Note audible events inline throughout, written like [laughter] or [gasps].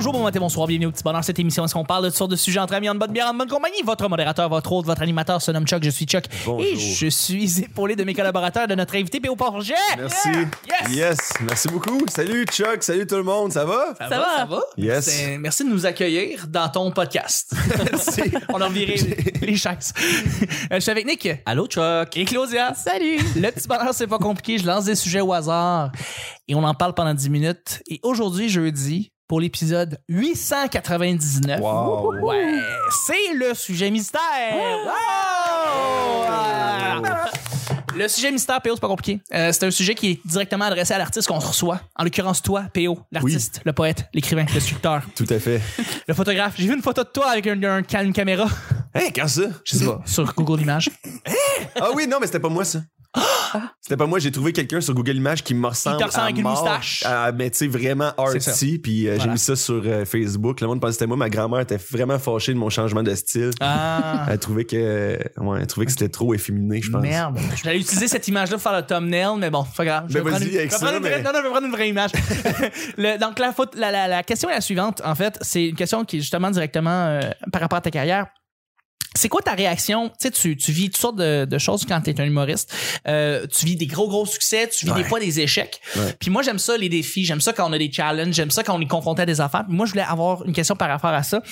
Comment et bonsoir, bienvenue au petit bonheur. Cette émission, est-ce qu'on parle de toutes sortes de sujets entre amis, en bonne bière, en bonne compagnie? Votre modérateur, votre hôte, votre animateur se nomme Chuck, je suis Chuck. Bonjour. Et je suis épaulé de mes collaborateurs, de notre invité, P.O. Porget. Merci. Yeah! Yes! merci beaucoup. Salut Chuck, salut tout le monde, ça va? Ça, va? Ça va? Yes. C'est- Merci de nous accueillir dans ton podcast. [laughs] Merci. On a reviré les chaises. Euh, je suis avec Nick. Allô, Chuck. Et Claudia. Salut! Le petit bonheur, c'est pas compliqué. Je lance des sujets au hasard et on en parle pendant 10 minutes. Et aujourd'hui, jeudi, pour l'épisode 899, Wow. ouais, c'est le sujet mystère. Wow! Le sujet mystère, PO, c'est pas compliqué. Euh, c'est un sujet qui est directement adressé à l'artiste qu'on reçoit. En l'occurrence, toi, PO, l'artiste, le poète, l'écrivain, le sculpteur, Tout à fait. le photographe. J'ai vu une photo de toi avec un, un calme caméra Hein, quand ça? Je sais pas. sur Google Images. [laughs] Ah oui, non, mais c'était pas [gasps] moi ça. C'était pas moi, j'ai trouvé quelqu'un sur Google Images qui me ressemble. Qui te ressemble à avec une mort, moustache. à- mais tu sais, vraiment C'est artsy. Puis euh, j'ai Voilà. mis ça sur euh, Facebook. Le monde pensait que c'était moi. Ma grand-mère était vraiment fâchée de mon changement de style. Ah. Elle trouvait que, ouais, elle trouvait que c'était trop efféminé, je pense. Merde. J'allais utiliser cette image-là pour faire le thumbnail, mais bon, c'est pas grave. Je Ben vais prendre vas-y, une- je vais avec ça, prendre une vraie- mais- Non, non, je vais prendre une vraie image. [laughs] Le- donc, la, faute- la, la- la question est la suivante. En fait, c'est une question qui est justement directement euh, par rapport à ta carrière. C'est quoi ta réaction? Tu sais, tu, tu vis toutes sortes de, de choses quand t'es un humoriste. Euh, tu vis des gros, gros succès, tu vis des Ouais. fois des échecs. Ouais. Puis moi, j'aime ça, les défis. J'aime ça quand on a des challenges. J'aime ça quand on est confronté à des affaires. Puis moi, je voulais avoir une question par rapport à ça.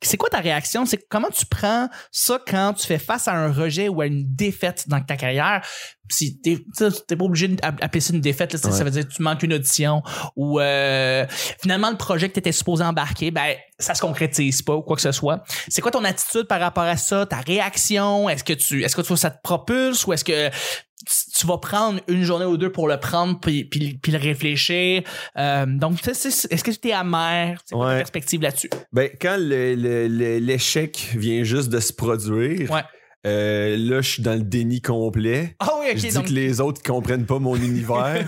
C'est quoi ta réaction? C'est comment tu prends ça quand tu fais face à un rejet ou à une défaite dans ta carrière? Si t'es, tu sais, t'es pas obligé d'appeler ça une défaite, là, tu sais, Ouais. ça veut dire que tu manques une audition ou euh, finalement le projet que tu étais supposé embarquer, ben ça se concrétise pas ou quoi que ce soit. C'est quoi ton attitude par rapport à ça, ta réaction? Est-ce que tu est-ce que tu- ça te propulse ou est-ce que tu- tu vas prendre une journée ou deux pour le prendre puis, puis, puis le réfléchir? Euh, donc, tu sais, c'est- est-ce que tu es amer? C'est quoi ta Ouais. perspective là-dessus? Ben, quand le- le- le- l'échec vient juste de se produire, Ouais. euh, là, je suis dans le déni complet. Ah oui, ok, je dis donc- que les autres comprennent pas [laughs] mon univers,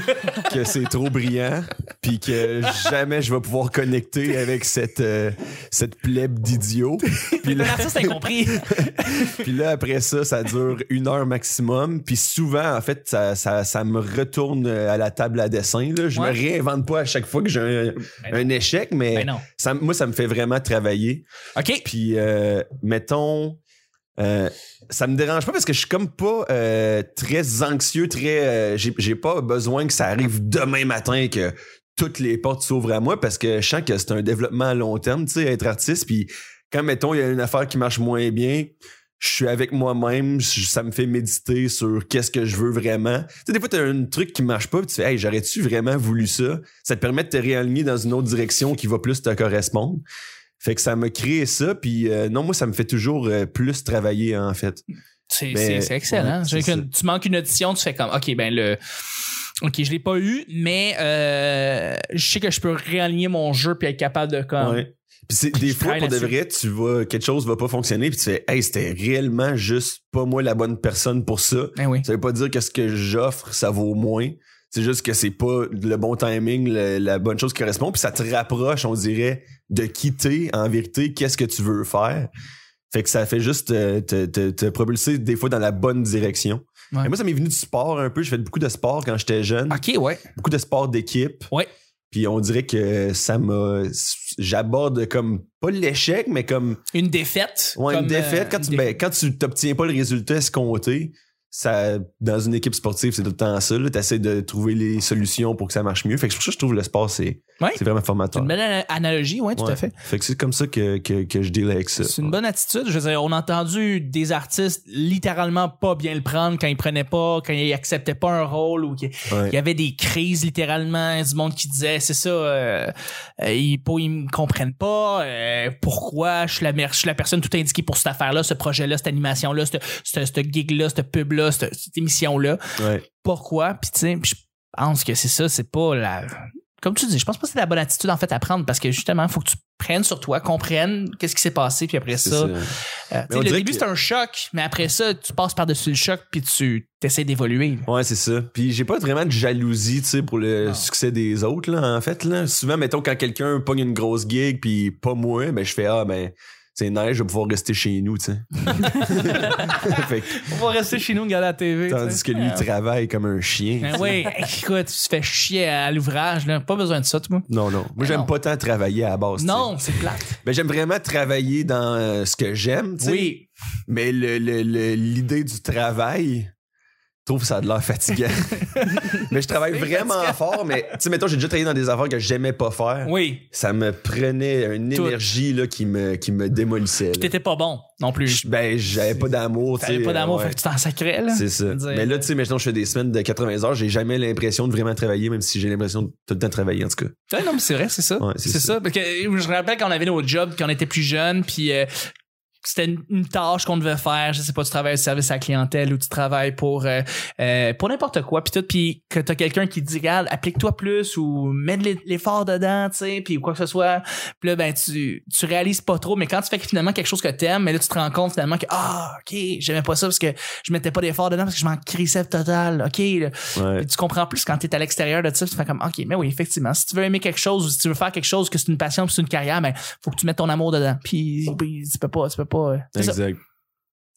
que c'est trop brillant, puis que jamais je vais pouvoir connecter avec cette, euh, cette plèbe [laughs] d'idiot. Puis Un là, artiste incompris. [laughs] puis là, après ça, ça dure une heure maximum. Puis souvent, en fait, ça, ça, ça me retourne à la table à dessin. Là. Je Ouais. me réinvente pas à chaque fois que j'ai un, Ben non. un échec, mais Ben non. ça- moi, ça me fait vraiment travailler. OK. Puis, euh, mettons, euh, ça me dérange pas parce que je suis comme pas euh, très anxieux, très. euh, j'ai j'ai pas besoin que ça arrive demain matin et que toutes les portes s'ouvrent à moi parce que je sens que c'est un développement à long terme, tu sais, être artiste. Puis, quand, mettons, il y a une affaire qui marche moins bien. Je suis avec moi-même, je- ça me fait méditer sur qu'est-ce que je veux vraiment. Tu sais, des fois, t'as un truc qui marche pas, puis tu fais, hey, j'aurais-tu vraiment voulu ça? Ça te permet de te réaligner dans une autre direction qui va plus te correspondre. Fait que ça m'a créé ça, puis euh, non, moi, ça me fait toujours euh, plus travailler, en fait. C'est, Ben, c'est- c'est excellent. ouais, J'ai c'est qu'une- tu manques une audition, tu fais comme, OK, ben le. OK, je l'ai pas eu, mais euh, je sais que je peux réaligner mon jeu puis être capable de comme. Ouais. Puis c'est Je des fois, travaille pour de là-dessus. vrai, tu vas, quelque chose va pas fonctionner, puis tu fais, hey, c'était réellement juste pas moi la bonne personne pour ça. Eh oui. Ça veut pas dire que ce que j'offre, ça vaut moins. C'est juste que c'est pas le bon timing, le- la bonne chose qui correspond, puis ça te rapproche, on dirait, de quitter en vérité qu'est-ce que tu veux faire. Fait que ça fait juste euh, te, te- te propulser des fois dans la bonne direction. Ouais. Et moi, ça m'est venu du sport un peu. Je fais beaucoup de sport quand j'étais jeune. OK, ouais. beaucoup de sports d'équipe. Ouais. Puis on dirait que ça m'a. J'aborde comme pas l'échec, mais comme Une défaite. ouais, comme, une défaite. euh, Quand une tu défaite. ben, quand tu t'obtiens pas le résultat escompté, ça, dans une équipe sportive, c'est tout le temps ça. Tu essaies de trouver les solutions pour que ça marche mieux. Fait que c'est pour ça que je trouve le sport, c'est Ouais. c'est vraiment C'est formateur. une belle ana- analogie, ouais, tout Ouais. à fait. Fait que c'est comme ça que, que, que je deal avec ça. C'est une bonne attitude. Je veux dire, on a entendu des artistes littéralement pas bien le prendre quand ils prenaient pas, quand ils acceptaient pas un rôle ou qu'ils- Ouais. Il y avait des crises littéralement, du monde qui disait c'est ça, euh, euh, ils, pas- ils me comprennent pas, euh, pourquoi je suis la mer- je suis la personne tout indiquée pour cette affaire-là, ce projet-là, cette animation-là, cette, cette, cette gig-là, cette pub-là, cette, cette émission-là. Ouais. Pourquoi? Puis tu sais, puis je pense que c'est ça, c'est pas la. Comme tu dis, je pense pas que c'est la bonne attitude en fait à prendre parce que justement, faut que tu prennes sur toi, comprennes qu'est-ce qui s'est passé, puis après C'est ça. ça. euh, tu sais, on le dirait début, que- c'est un choc, mais après ça, tu passes par-dessus le choc, puis tu essaies d'évoluer. Ouais, c'est ça. Puis j'ai pas vraiment de jalousie, tu sais, pour le Non. succès des autres, là, en fait, là. Souvent, mettons, quand quelqu'un pogne une grosse gig, puis pas moi, ben, je fais, ah, ben, c'est neige, je vais pouvoir rester chez nous, tu [laughs] sais. Fait que- On va rester chez nous, regarder la TV. tu sais. tandis que lui, il travaille comme un chien. Ben oui, écoute, tu te fais chier à l'ouvrage, là. Pas besoin de ça, toi. Non, non. Moi, non. j'aime pas tant travailler à la base. tu sais. Non, c'est plate. Ben, j'aime vraiment travailler dans euh, ce que j'aime, tu sais. Oui. Mais le- le- le- l'idée du travail, je trouve ça a de l'air [laughs] fatigant. mais je travaille C'est vraiment fatigant. fort, mais tu sais, mettons, j'ai déjà travaillé dans des affaires que j'aimais pas faire. Oui. Ça me prenait une Tout. énergie là, qui, me, qui me démolissait. là. Puis t'étais pas bon non plus. Je- Ben, j'avais pas d'amour. tu T'avais sais, pas d'amour, ouais. fait que tu t'en sacrais, là. C'est ça. Dire- Mais là, tu sais, maintenant, je fais des semaines de 80 heures, j'ai jamais l'impression de vraiment travailler, même si j'ai l'impression de tout le temps travailler, en tout cas. Ouais, Ah, non, mais c'est vrai, c'est ça. Ouais, c'est c'est ça. ça. Parce que je me rappelle quand on avait nos jobs, quand on était plus jeunes, puis euh, c'était une, une tâche qu'on devait faire. Je sais pas, tu travailles au service à la clientèle ou tu travailles pour euh, euh, pour n'importe quoi, puis tout, puis que t'as quelqu'un qui te dit, regarde, applique-toi plus ou mets de l'e- l'effort dedans, tu sais, puis ou quoi que ce soit. Puis là, ben tu tu réalises pas trop, mais quand tu fais finalement quelque chose que t'aimes, mais là tu te rends compte finalement que ah, ok, j'aimais pas ça parce que je mettais pas d'effort dedans parce que je m'en crissais total. Ok, là. Ouais. Puis tu comprends plus quand tu es à l'extérieur de ça, puis tu fais comme OK, mais oui, effectivement, si tu veux aimer quelque chose ou si tu veux faire quelque chose que c'est une passion, puis c'est une carrière, mais faut que tu mettes ton amour dedans. Puis, puis tu peux pas, tu peux pas. euh, C'est ça. Exact.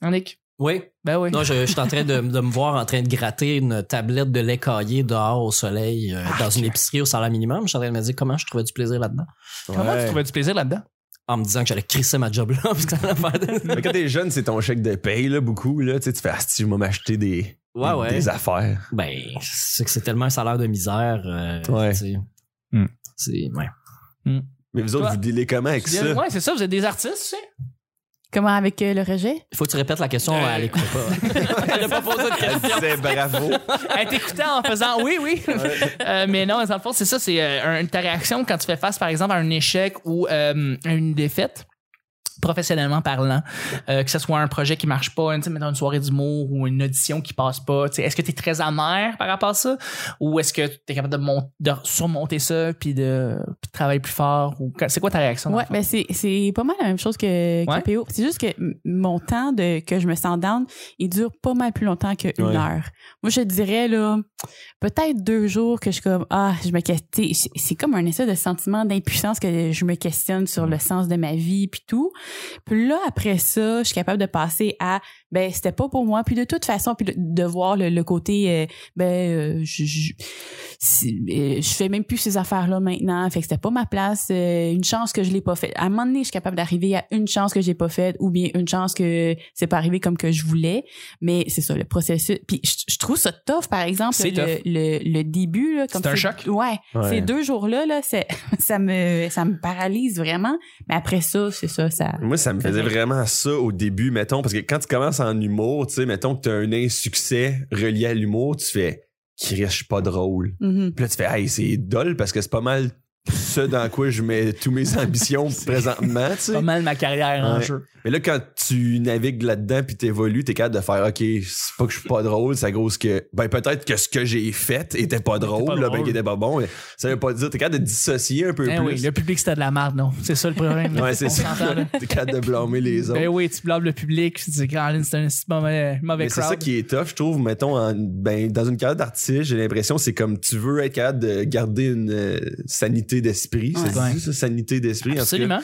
Hein, Nick? Oui. Ben oui. Non, je, je suis en train de, de me voir en train de gratter une tablette de lait caillé dehors au soleil euh, dans une épicerie au salaire minimum. Je suis en train de me dire comment je trouvais du plaisir là-dedans. Comment Ouais. tu trouvais du plaisir là-dedans? En me disant que j'allais crisser ma job là. [laughs] Parce que ça allait faire de- Mais quand t'es jeune, c'est ton chèque de paye, là, beaucoup. Là, tu sais, tu fais, ah, si, je vais m'acheter des, Ouais, des- ouais. des affaires. ben, c'est que c'est tellement un salaire de misère. euh, Ouais. tu sais. Hmm. C'est, ouais. Mais vous Toi, autres, vous délez comment avec Tu dis, ça? Ouais, c'est ça, vous êtes des artistes, tu sais. Comment avec euh, le rejet? Il faut que tu répètes la question, Euh. elle écoute pas. [laughs] elle a pas posé de Elle question. disait bravo. Elle t'écoutait en faisant oui, oui. Euh, mais non, dans le fond, c'est ça, c'est euh, un- ta réaction quand tu fais face, par exemple, à un échec ou euh, à une défaite professionnellement parlant, euh, que ce soit un projet qui marche pas, une, tu sais, mettons une soirée d'humour ou une audition qui passe pas, tu sais, est-ce que tu es très amer par rapport à ça ou est-ce que tu es capable de, mon- de surmonter ça puis de, puis de travailler plus fort ou c'est quoi ta réaction? dans Ouais, le fond? ben c'est, c'est pas mal la même chose que, que Ouais. PO. C'est juste que m- mon temps de, que je me sens down, il dure pas mal plus longtemps qu'une Ouais. heure. Moi, je dirais, là, peut-être deux jours que je suis comme, ah, je me questionne. C'est, c'est comme un essai de sentiment d'impuissance que je me questionne sur le sens de ma vie puis tout. Puis là, après ça, je suis capable de passer à, ben, c'était pas pour moi. Puis de toute façon, puis de, de voir le, le côté, euh, ben, euh, je, je, si- euh, je fais même plus ces affaires-là maintenant. Fait que c'était pas ma place. euh, une chance que je l'ai pas faite. À un moment donné, je suis capable d'arriver à une chance que j'ai pas faite ou bien une chance que c'est pas arrivé comme que je voulais. Mais c'est ça, le processus. Puis je, je trouve ça tough, par exemple, C'est le, tough. Le, le début. là, comme C'est un choc? Ouais. Ouais. Ces deux jours-là, là, c'est- [laughs] ça, me, ça me paralyse vraiment. Mais après ça, c'est ça, ça... Moi, ça me faisait vraiment ça au début, mettons, parce que quand tu commences en humour, tu sais, mettons que t'as un insuccès relié à l'humour, tu fais, Chris, je suis pas drôle. Mhm. Puis là, tu fais, hey, c'est dole parce que c'est pas mal ce dans quoi je mets [laughs] tous mes ambitions présentement, tu sais. Pas mal ma carrière en Ouais. jeu. Mais là, quand tu navigues là-dedans puis t'évolues, t'es capable de faire, OK, c'est pas que je suis pas drôle, ça grosse que, ben, peut-être que ce que j'ai fait était pas drôle, pas là, drôle. ben, qu'il était pas bon. mais Ça veut pas dire, t'es capable de dissocier un peu Eh plus. oui, le public c'était de la merde, non. C'est ça le problème. là. Ouais, [laughs] c'est On ça. s'entend, là. T'es capable de blâmer les autres. Ben oui, tu blâmes le public, tu dis Caroline, c'est un si mauvais, mauvais Mais c'est crowd. ça qui est tough, je trouve. Mettons, en- ben, dans une carrière d'artiste, j'ai l'impression c'est comme tu veux être capable de garder une euh, sanité d'esprit. ça se Ouais. dit, ça, sanité d'esprit. en tout cas. Absolument.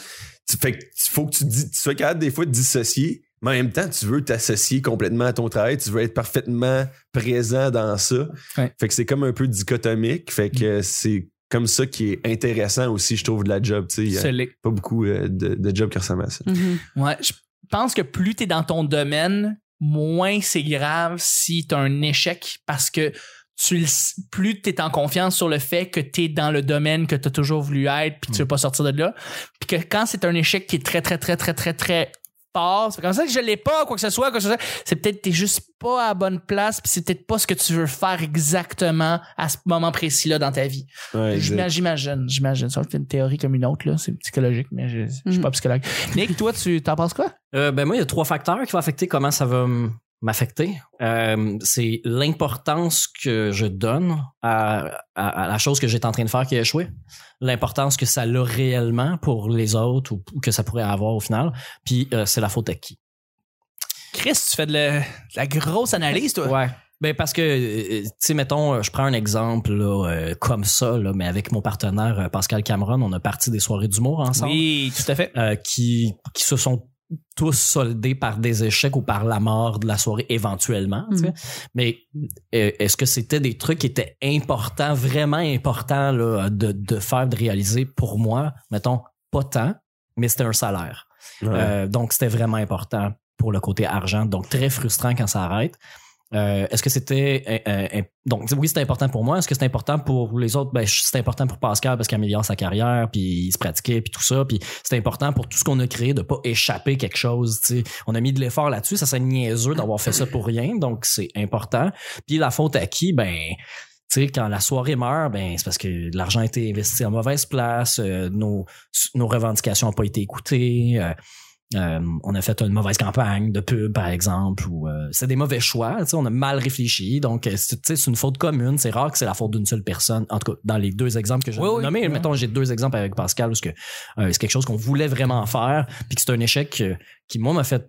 Tu- Fait que tu- faut que tu, dis, tu sois capable des fois de dissocier, mais en même temps, tu veux t'associer complètement à ton travail. Tu veux être parfaitement présent dans ça. Ouais. Mm. Fait que c'est comme un peu dichotomique. Fait que euh, c'est comme ça qui est intéressant aussi, je trouve, de la job. Tu sais, Il y a Solide. pas beaucoup euh, de, de jobs qui ressemblent à ça. Mhm. Ouais, je pense que plus t'es dans ton domaine, moins c'est grave si t'as un échec parce que tu le s- plus t'es en confiance sur le fait que t'es dans le domaine que t'as toujours voulu être puis que Mm. tu veux pas sortir de là. Puis que quand c'est un échec qui est très, très, très, très, très, très fort, c'est comme ça que je l'ai pas, quoi que ce soit, quoi que ce soit. C'est peut-être t'es juste pas à la bonne place puis c'est peut-être pas ce que tu veux faire exactement à ce moment précis-là dans ta vie. Ouais, exact. J'imagine, j'imagine, j'imagine. Ça, c'est une théorie comme une autre, là. C'est psychologique, mais je, je suis Mhm. pas psychologue. Nick, toi, tu t'en penses quoi? Euh, ben moi, il y a trois facteurs qui vont affecter comment ça va m- m'affecter. Euh, c'est l'importance que je donne à, à- à la chose que j'étais en train de faire qui a échoué, l'importance que ça a réellement pour les autres ou, ou que ça pourrait avoir au final, puis euh, c'est la faute à qui. Chris, tu fais de la, de la grosse analyse, toi. Ouais. Ben parce que, euh, tu sais, mettons, euh, je prends un exemple là, euh, comme ça, là, mais avec mon partenaire euh, Pascal Cameron, on a parti des soirées d'humour ensemble Oui, tout à fait. euh, qui, qui se sont tous soldés par des échecs ou par la mort de la soirée éventuellement. tu sais. Mhm. Mais euh, est-ce que c'était des trucs qui étaient importants, vraiment importants là, de, de faire, de réaliser pour moi, mettons, pas tant, mais c'était un salaire. Euh, donc, c'était vraiment important pour le côté argent. Donc, très frustrant quand ça arrête. Euh, est-ce que c'était euh, euh, donc oui c'était important pour moi est-ce que c'était important pour les autres ben je- c'était important pour Pascal parce qu'il améliore sa carrière puis il se pratiquait puis tout ça puis c'était important pour tout ce qu'on a créé de pas échapper quelque chose tu sais on a mis de l'effort là-dessus ça serait niaiseux d'avoir fait ça pour rien donc c'est important puis la faute à qui ben tu sais, quand la soirée meurt, ben c'est parce que l'argent a été investi en mauvaise place, euh, nos, nos revendications n'ont pas été écoutées, euh, euh, on a fait une mauvaise campagne de pub, par exemple, ou euh, c'est des mauvais choix, tu sais, on a mal réfléchi, donc euh, c'est tu sais, c'est une faute commune, c'est rare que c'est la faute d'une seule personne. En tout cas, dans les deux exemples que j'ai Oui, oui. nommés, mettons, j'ai deux exemples avec Pascal, parce que euh, c'est quelque chose qu'on voulait vraiment faire, puis que c'est un échec euh, qui, moi, m'a fait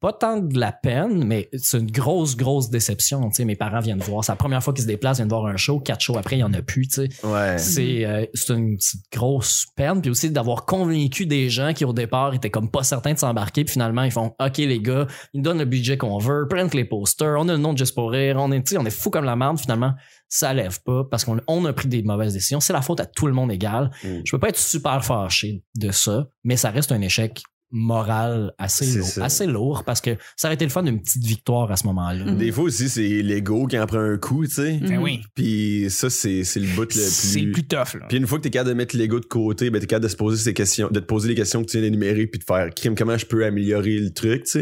pas tant de la peine, mais c'est une grosse, grosse déception. Tu sais, mes parents viennent voir. C'est la première fois qu'ils se déplacent, viennent voir un show. Quatre shows après, il n'y en a plus. Tu sais. Ouais. C'est euh, c'est une petite grosse peine. Puis aussi d'avoir convaincu des gens qui, au départ, étaient comme pas certains de s'embarquer. Puis finalement, ils font OK, les gars, ils nous donnent le budget qu'on veut, prennent les posters, on a le nom de Just pour Rire, on est, tu sais, on est fou comme la merde. Finalement, ça lève pas parce qu'on on a pris des mauvaises décisions. C'est la faute à tout le monde égal. Mm. Je peux pas être super fâché de ça, mais ça reste un échec moral assez C'est lourd, ça. assez lourd parce que ça aurait été le fun d'une petite victoire à ce moment-là. Mm. Des fois aussi, c'est l'ego qui en prend un coup, tu sais. Ben Mhm. oui. Puis ça, c'est c'est le bout C'est le le plus. plus tough, là. Puis une fois que t'es capable de mettre l'ego de côté, ben t'es capable de se poser ces questions, de te poser les questions que tu viens d'énumérer, puis de faire crime comment je peux améliorer le truc, tu sais.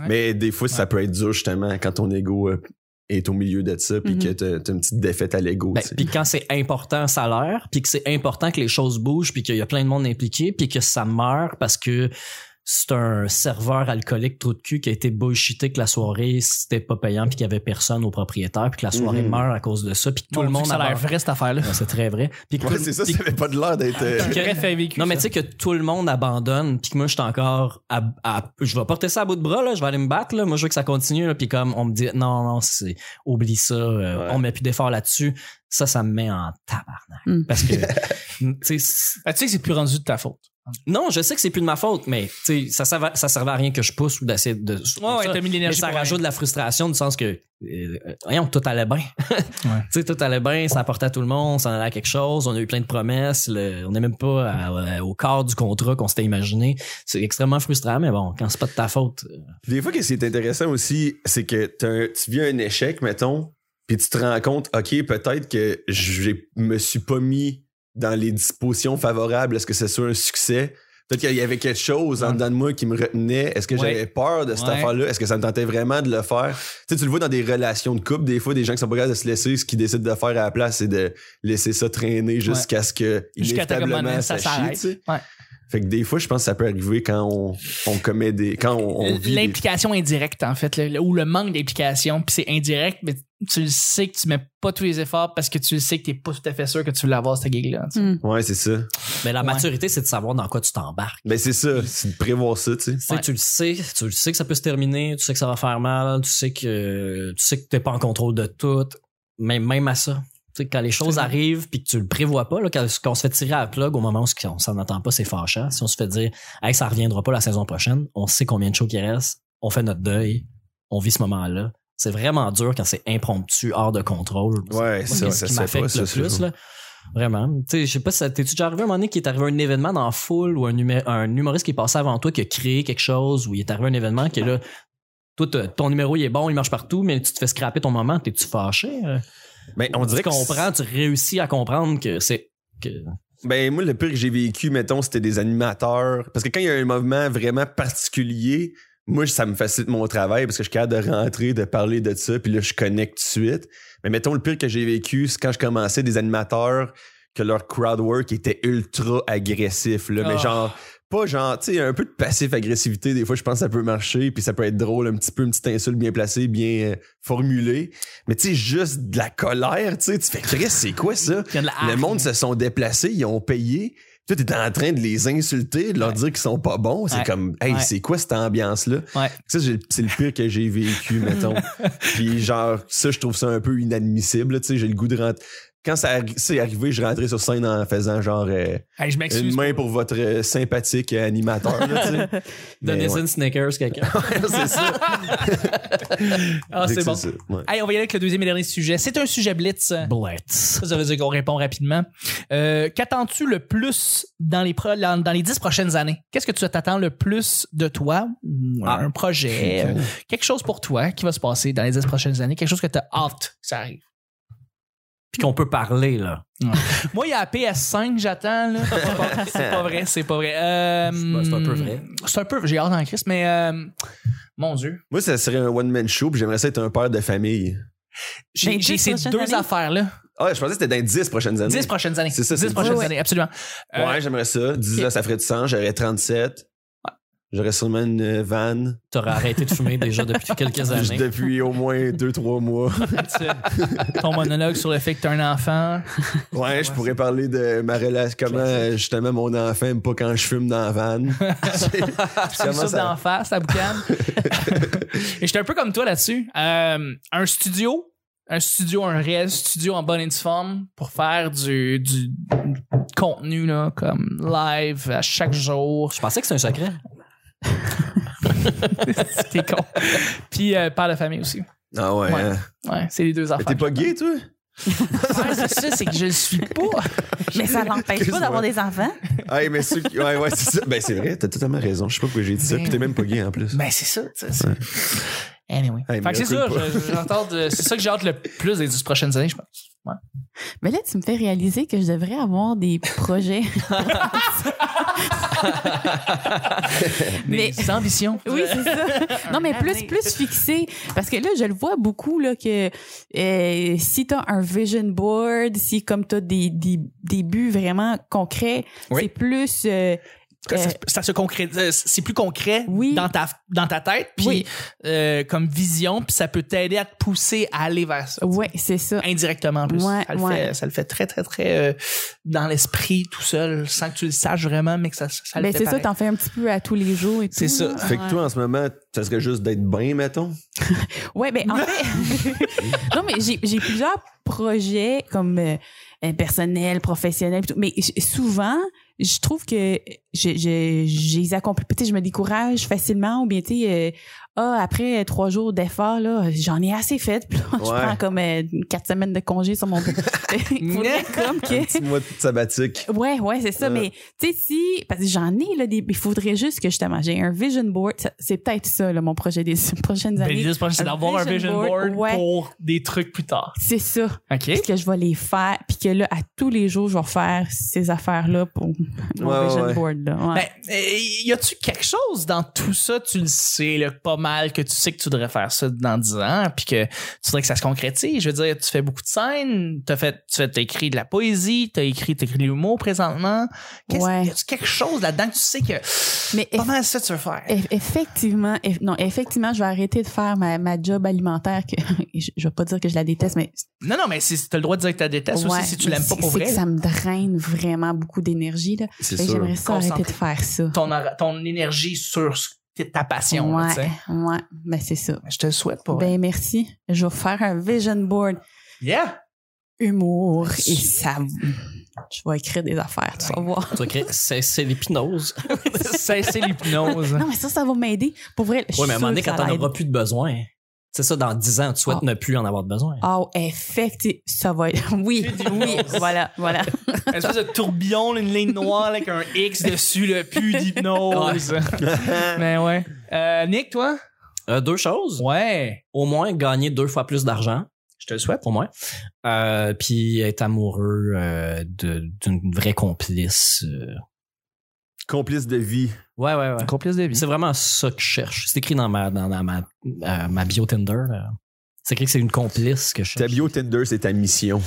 Ouais. Mais des fois, ça peut être dur justement quand ton ego euh, est au milieu de ça, puis Mhm. que t'as t'as une petite défaite à l'ego. Ben, tu sais. puis quand c'est important ça salaire, puis que c'est important que les choses bougent, puis qu'il y a plein de monde impliqué, puis que ça meurt parce que c'est un serveur alcoolique trou de cul qui a été bullshité que la soirée c'était pas payant puis qu'il y avait personne au propriétaire puis que la soirée Mhm. meurt à cause de ça puis que tout le monde ça a l'air avance. vrai, cette [laughs] affaire-là. Ouais, c'est très vrai puis que Ouais, tout- c'est ça, puis ça avait pas de l'air d'être. euh, J'ai que- fait vécu. non, mais ça. tu sais que tout le monde abandonne, puis que moi, je suis encore à, à- Je vais porter ça à bout de bras, là, je vais aller me battre, là. Moi, je veux que ça continue, là. Puis comme on me dit, non, non, c'est, oublie ça, euh, Ouais. on met plus d'efforts là-dessus. Ça, ça me met en tabarnak. Mm. Parce que, tu sais, c'est- Ah, tu sais que c'est plus rendu de ta faute. non, je sais que c'est plus de ma faute, mais, tu sais, ça, servait- ça servait à rien que je pousse ou d'essayer de. Ouais, ça. ouais, t'as mis Mais l'énergie. ça pour rajoute de la frustration du sens que, euh, euh, voyons, tout allait bien. [laughs] Tu sais, tout allait bien, ça apportait à tout le monde, ça en allait à quelque chose, on a eu plein de promesses, le- on n'est même pas à- euh, au quart du contrat qu'on s'était imaginé. C'est extrêmement frustrant, mais bon, quand c'est pas de ta faute. euh, Des fois, ce qui est intéressant aussi, c'est que t'as un- tu vis un échec, mettons, puis tu te rends compte, OK, peut-être que je me suis pas mis dans les dispositions favorables à ce que ce soit un succès. Peut-être qu'il y avait quelque chose en dedans de moi qui me retenait. Est-ce que Ouais. j'avais peur de cette Ouais. affaire-là? Est-ce que ça me tentait vraiment de le faire? Tu sais, tu le vois dans des relations de couple, des fois, des gens qui sont pas capables de se laisser, ce qu'ils décident de faire à la place, c'est de laisser ça traîner jusqu'à ce que, Jusqu'à temps que inévitablement, maintenant, ça ça, chie, s'arrête. tu sais. Ouais. Fait que des fois, je pense que ça peut arriver quand on, on commet des... Quand on, Euh, on vit des L'implication indirecte, en fait, le- le- ou le manque d'implication, puis c'est indirect, mais tu le sais que tu mets pas tous les efforts parce que tu le sais que t'es pas tout à fait sûr que tu veux l'avoir, cette gig-là. tu sais. Mm. Ouais, c'est ça. Mais la Ouais. maturité, c'est de savoir dans quoi tu t'embarques. Ben, c'est ça. C'est de prévoir ça, tu sais. Tu sais, Ouais. Tu le sais, tu le sais que ça peut se terminer, tu sais que ça va faire mal, tu sais que tu sais que t'es pas en contrôle de tout, mais même à ça. Tu sais, quand les choses C'est vrai. arrivent puis que tu le prévois pas, là, quand, quand on se fait tirer à la plug au moment où on s'en attend pas, c'est fâchant. Si on se fait dire Hey, ça reviendra pas la saison prochaine, on sait combien de shows qui restent, on fait notre deuil, on vit ce moment-là. C'est vraiment dur quand c'est impromptu, hors de contrôle. Ouais, Moi, ça, c'est ça ce qui se fait pas, m'affecte ça, le ça. plus. Là. Vraiment. Tu sais, je sais pas si ça t'es déjà arrivé à un moment donné qui est arrivé un événement dans la foule ou un, numé- un humoriste qui est passé avant toi qui a créé quelque chose ou il est arrivé un événement qui est là. Toi, t'as- ton numéro, il est bon, il marche partout, mais tu te fais scraper ton moment, t'es-tu fâché? euh? Ben, on dirait tu que. comprends, tu réussis à comprendre que c'est. que- Ben, moi, le pire que j'ai vécu, mettons, c'était des animateurs. Parce que quand il y a un mouvement vraiment particulier, moi, ça me facilite mon travail parce que je suis capable de rentrer, de parler de ça, puis là, je connecte tout de suite. Mais mettons, le pire que j'ai vécu, c'est quand je commençais des animateurs que leur crowd work était ultra agressif, là. Mais Ah. genre, pas genre, tu sais, un peu de passif-agressivité, des fois, je pense que ça peut marcher, puis ça peut être drôle, un petit peu, une petite insulte bien placée, bien euh, formulée. Mais tu sais, juste de la colère, tu sais, tu fais, Chris, c'est quoi ça? Il y a de la Le hargne. monde se sont déplacés, ils ont payé. Tu es en train de les insulter, de leur Ouais. dire qu'ils sont pas bons. C'est Ouais. comme, hey, Ouais. c'est quoi cette ambiance-là? Ouais. Ça, j'ai- c'est le pire que [laughs] j'ai vécu, mettons. Puis genre, ça, je trouve ça un peu inadmissible. là, Tu sais, j'ai le goût de rentrer. Quand ça arri- c'est arrivé, je rentrais sur scène en faisant genre euh, Hey, je m'excuse. une main pour votre euh, sympathique euh, animateur. là, tu sais. [laughs] Mais Donnez Ben ouais. une Snickers, quelqu'un. [laughs] c'est ça. Ah, c'est bon. ça. Ouais. Hey, on va y aller avec le deuxième et dernier sujet. C'est un sujet blitz. Blitz. Ça, ça veut dire qu'on répond rapidement. Euh, Qu'attends-tu le plus dans les, pro- dans dans les dix prochaines années? Qu'est-ce que tu t'attends le plus de toi? Ou Ah, un projet, euh, quelque chose pour toi qui va se passer dans les dix prochaines années, quelque chose que tu as hâte que ça arrive. [laughs] Puis qu'on peut parler, là. Moi, il y a la PS5, j'attends. là. C'est pas- C'est pas vrai, c'est pas vrai. Euh, C'est un peu vrai. C'est un peu, j'ai hâte en crise, mais euh, mon Dieu. Moi, ça serait un one-man show, puis j'aimerais ça être un père de famille. J'ai Ben, j'ai dix ces prochaines deux années? affaires-là. Ah, je pensais que c'était dans les 10 prochaines années. Dix prochaines années. C'est ça, c'est Dix dix. prochaines Ouais, années, absolument. Euh, Ouais, j'aimerais ça. 10 ok. ans, ça ferait du sens. J'aurais 37. J'aurais sûrement une euh, vanne T'aurais arrêté de fumer déjà depuis quelques Juste années. depuis au moins 2-3 mois. Tu- ton monologue sur le fait que t'as un enfant. Ouais, je pourrais parler de ma relation, comment euh, justement mon enfant aime pas quand je fume dans la vanne. Tu me [laughs] Comment souffles ça- d'en face, la [laughs] boucane. Et j'étais un peu comme toi là-dessus. Euh, un studio, un studio, un réel studio en bonne et due forme pour faire du, du contenu, là, comme live à chaque jour. Je pensais que c'est un secret. C'était [laughs] con. Puis euh, père de famille aussi. Ah ouais. Ouais. hein. Ouais, c'est les deux Mais affaires. t'es pas gay, toi? Ouais, c'est ça, c'est que je le suis [laughs] pas. [laughs] Mais ça l'empêche pas d'avoir des enfants. Hey, mais ceux qui- Ouais, ouais, c'est ça. Ben, c'est vrai, t'as totalement raison. Je sais pas pourquoi j'ai dit ça. Puis t'es même pas gay en plus. Ben, c'est ça, tu sais, c'est- Anyway. Hey, fait que c'est mais ça, raconte pas. je- je- j'entends de- c'est ça que j'ai hâte le plus des dix prochaines années, je pense. Mais là, tu me fais réaliser que je devrais avoir des projets. Des Mais- ambitions. [laughs] Oui, c'est ça. [laughs] Non, mais plus, plus fixé. Parce que là, je le vois beaucoup, là, que euh, si t'as un vision board, si comme t'as des, des, des buts vraiment concrets, Oui. c'est plus. euh, Ça, euh, se- ça se concré- euh, c'est plus concret Oui. dans ta dans ta tête puis Oui. euh, comme vision puis ça peut t'aider à te pousser à aller vers ça ouais, c'est ça. indirectement en plus Ouais, ça, le ouais. fait, ça le fait très très très euh, dans l'esprit tout seul sans que tu le saches vraiment mais que ça ça, ça le Ben, fait c'est ça, pareil. t'en fais un petit peu à tous les jours et tout. C'est ça. là. Fait que toi, en ce moment, ça serait juste d'être bien, mettons. Ouais, ben en fait, [laughs] non mais j'ai j'ai plusieurs projets comme euh, euh, personnel, professionnel, pis tout, mais j- souvent je trouve que je, je, je les accomplis. Tu sais, je me décourage facilement ou bien tu sais, euh, ah après euh, trois jours d'efforts là, j'en ai assez fait. Puis là, [laughs] je Ouais. prends comme euh, quatre semaines de congé sur mon. [laughs] [laughs] Il faudrait comme que. Petit mois de sabbatique. Ouais, ouais, c'est ça. Euh. Mais tu sais, si parce que j'en ai là, des, il faudrait juste que justement j'ai un vision board. Ça- C'est peut-être ça là, mon projet des [laughs] prochaines Ben, années. juste parce que c'est un d'avoir un vision vision board, board, ouais. pour des trucs plus tard C'est ça. ok Puis que je vais les faire. Puis que là, à tous les jours, je vais refaire ces affaires-là pour mon Ouais, ouais, vision ouais. board. Là. Ouais. ben, euh, y a-tu quelque chose dans tout ça, tu le sais, là, pas mal, que tu sais que tu devrais faire ça dans 10 ans, puis que tu voudrais que ça se concrétise? Je veux dire, tu fais beaucoup de scènes, t'as fait, tu as écrit de la poésie, t'as écrit, t'écris de l'humour présentement. Qu'est-ce- Ouais. Y a-tu quelque chose là-dedans que tu sais que Mais pas mal ça tu veux faire? eff- effectivement, eff- non, effectivement, je vais arrêter de faire ma, ma job alimentaire. Que, [laughs] je, je vais pas dire que je la déteste, mais Non, non, mais si t'as le droit de dire que t'as détestes ouais, aussi si tu mais l'aimes pas c'est- pour c'est vrai. que ça me draine vraiment beaucoup d'énergie. là. C'est Fait que sûr. Ben, J'aimerais ça Concentré. arrêter de faire ça. Ton, ara- ton énergie sur ce- ta passion, là, tu ouais, sais. ouais, ben c'est ça. Je te le souhaite pas. Ben merci. Je vais faire un vision board Yeah! humour et [laughs] ça. Je vais écrire des affaires, tu vas voir. Tu vas créer- C'est c'est l'hypnose. Cessez l'hypnose. Non, mais ça, ça va m'aider. Pour vrai, je suis Oui, mais à un moment donné, sûre quand que t'en ça l'aide. auras plus de besoin, c'est ça, dans 10 ans, tu souhaites Ah. ne plus en avoir de besoin. Ah, oh, effectivement, ça va être... [laughs] Oui, C'est du oui, rose. voilà, voilà. Une espèce de tourbillon, une ligne noire là, avec un X dessus, le plus d'hypnose. Mais ouais. Euh, Nick, toi? Euh, deux choses. Ouais. Au moins, gagner deux fois plus d'argent. Je te le souhaite. Au moins. Euh, puis être amoureux euh, de- d'une vraie complice. euh. Complice de vie. Ouais, ouais, ouais. complice de vie. C'est vraiment ça que je cherche. C'est écrit dans ma, dans, dans ma, euh, ma bio Tinder. là. C'est écrit que c'est une complice que je Ta cherche. bio Tinder, c'est ta mission.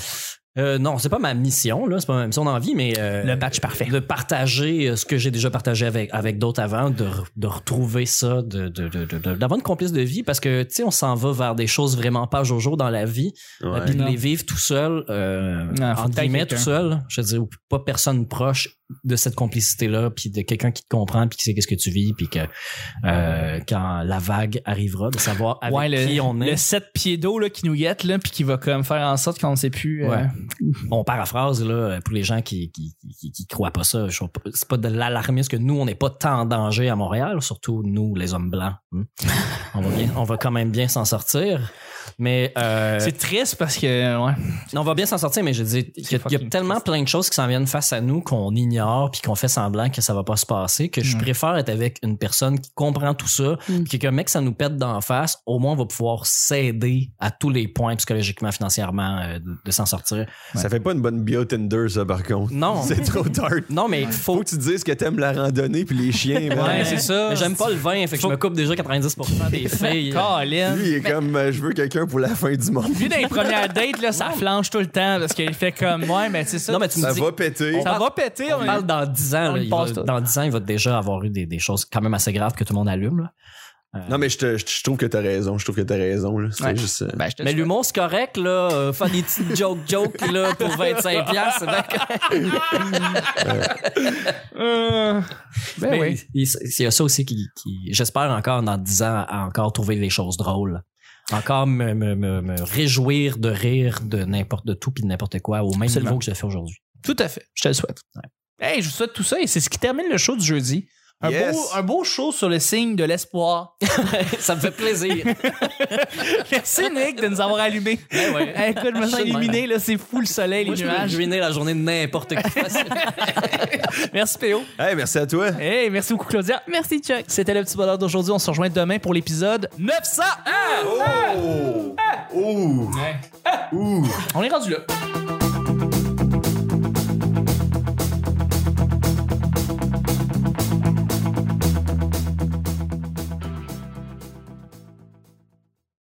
Euh, non, c'est pas ma mission, là. C'est pas ma mission d'envie, mais. euh, Le batch parfait. De partager euh, ce que j'ai déjà partagé avec, avec d'autres avant, de, re- de retrouver ça, de, de, de- de- de- d'avoir une complice de vie parce que, tu sais, on s'en va vers des choses vraiment pas jour dans la vie. Ouais. Puis de Non. les vivre tout seul, euh, Non, faut entre que t'ailles guillemets, quelqu'un. tout seul, je veux dire, ou pas personne proche de cette complicité-là, puis de quelqu'un qui te comprend, puis qui sait qu'est-ce que tu vis, puis que euh, quand la vague arrivera, de savoir avec Ouais, le, qui on est. le 7 pieds d'eau là, qui nous guette, là, puis qui va comme faire en sorte qu'on ne sait plus. euh, Ouais. [laughs] On paraphrase là pour les gens qui qui, qui, qui croient pas ça. je sais pas- C'est pas de l'alarmisme que nous on n'est pas tant en danger à Montréal, surtout nous les hommes blancs. [laughs] hein. On va bien, on va quand même bien s'en sortir. Mais euh, C'est triste parce que. Ouais. on va bien s'en sortir, mais je dis il y a, il y a fucking tellement plein de choses qui s'en viennent face à nous qu'on ignore puis qu'on fait semblant que ça va pas se passer que je Mm. préfère être avec une personne qui comprend tout ça Mm. puis que mec ça nous pète d'en face au moins on va pouvoir s'aider à tous les points psychologiquement financièrement euh, de, de s'en sortir Ça fait pas une bonne bio Tinder, ça, par contre. non C'est trop dark. non mais Faut faut que tu te dises que t'aimes la randonnée puis les chiens. [laughs] Ouais, man. c'est ça. Mais j'aime pas le vin, fait que Faut- je me coupe déjà 90% [laughs] des filles. Colin. Lui, il est comme euh, je veux quelqu'un pour la fin du monde. Lui, dans les premières [laughs] dates, là, ça flanche tout le temps parce qu'il fait comme ouais, mais c'est ça. Non, mais tu Ça me dis, va péter. ça va péter. on parle dans 10 ans, On là, le il passe va- tout. dans 10 ans, il va déjà avoir eu des, des choses quand même assez graves que tout le monde allume. là. Non, mais je, te- je- je trouve que t'as raison. Je trouve que t'as raison. Là. C'est Ouais. juste. euh, Ben, Mais l'humour, c'est correct, là. euh, faire des petites jokes-jokes, là, pour 25$, piastres, c'est bien correct. Ben Mais oui. il, il y a ça aussi qui, qui- j'espère encore dans 10 ans, à encore trouver les choses drôles. Encore me, me- me- me réjouir de rire de n'importe de tout puis de n'importe quoi au même Absolument. niveau que je fais aujourd'hui. Tout à fait. Je te le souhaite. Hey, je vous souhaite tout ça et c'est ce qui termine le show du jeudi. Un, Yes. beau, un beau show sur le signe de l'espoir. [laughs] ça me fait plaisir. [laughs] Merci Nick de nous avoir [laughs] allumés. Ben ouais. Hey, écoute, je me sens Je suis illuminé, là, c'est fou le soleil, Moi, les je peux nuages. ruiner la journée de n'importe qui. Merci PO. Hey, merci à toi. Hey, merci beaucoup Claudia. Merci, Chuck. C'était le petit bonheur d'aujourd'hui. On se rejoint demain pour l'épisode 900. Oh! Ouh! On est rendu là.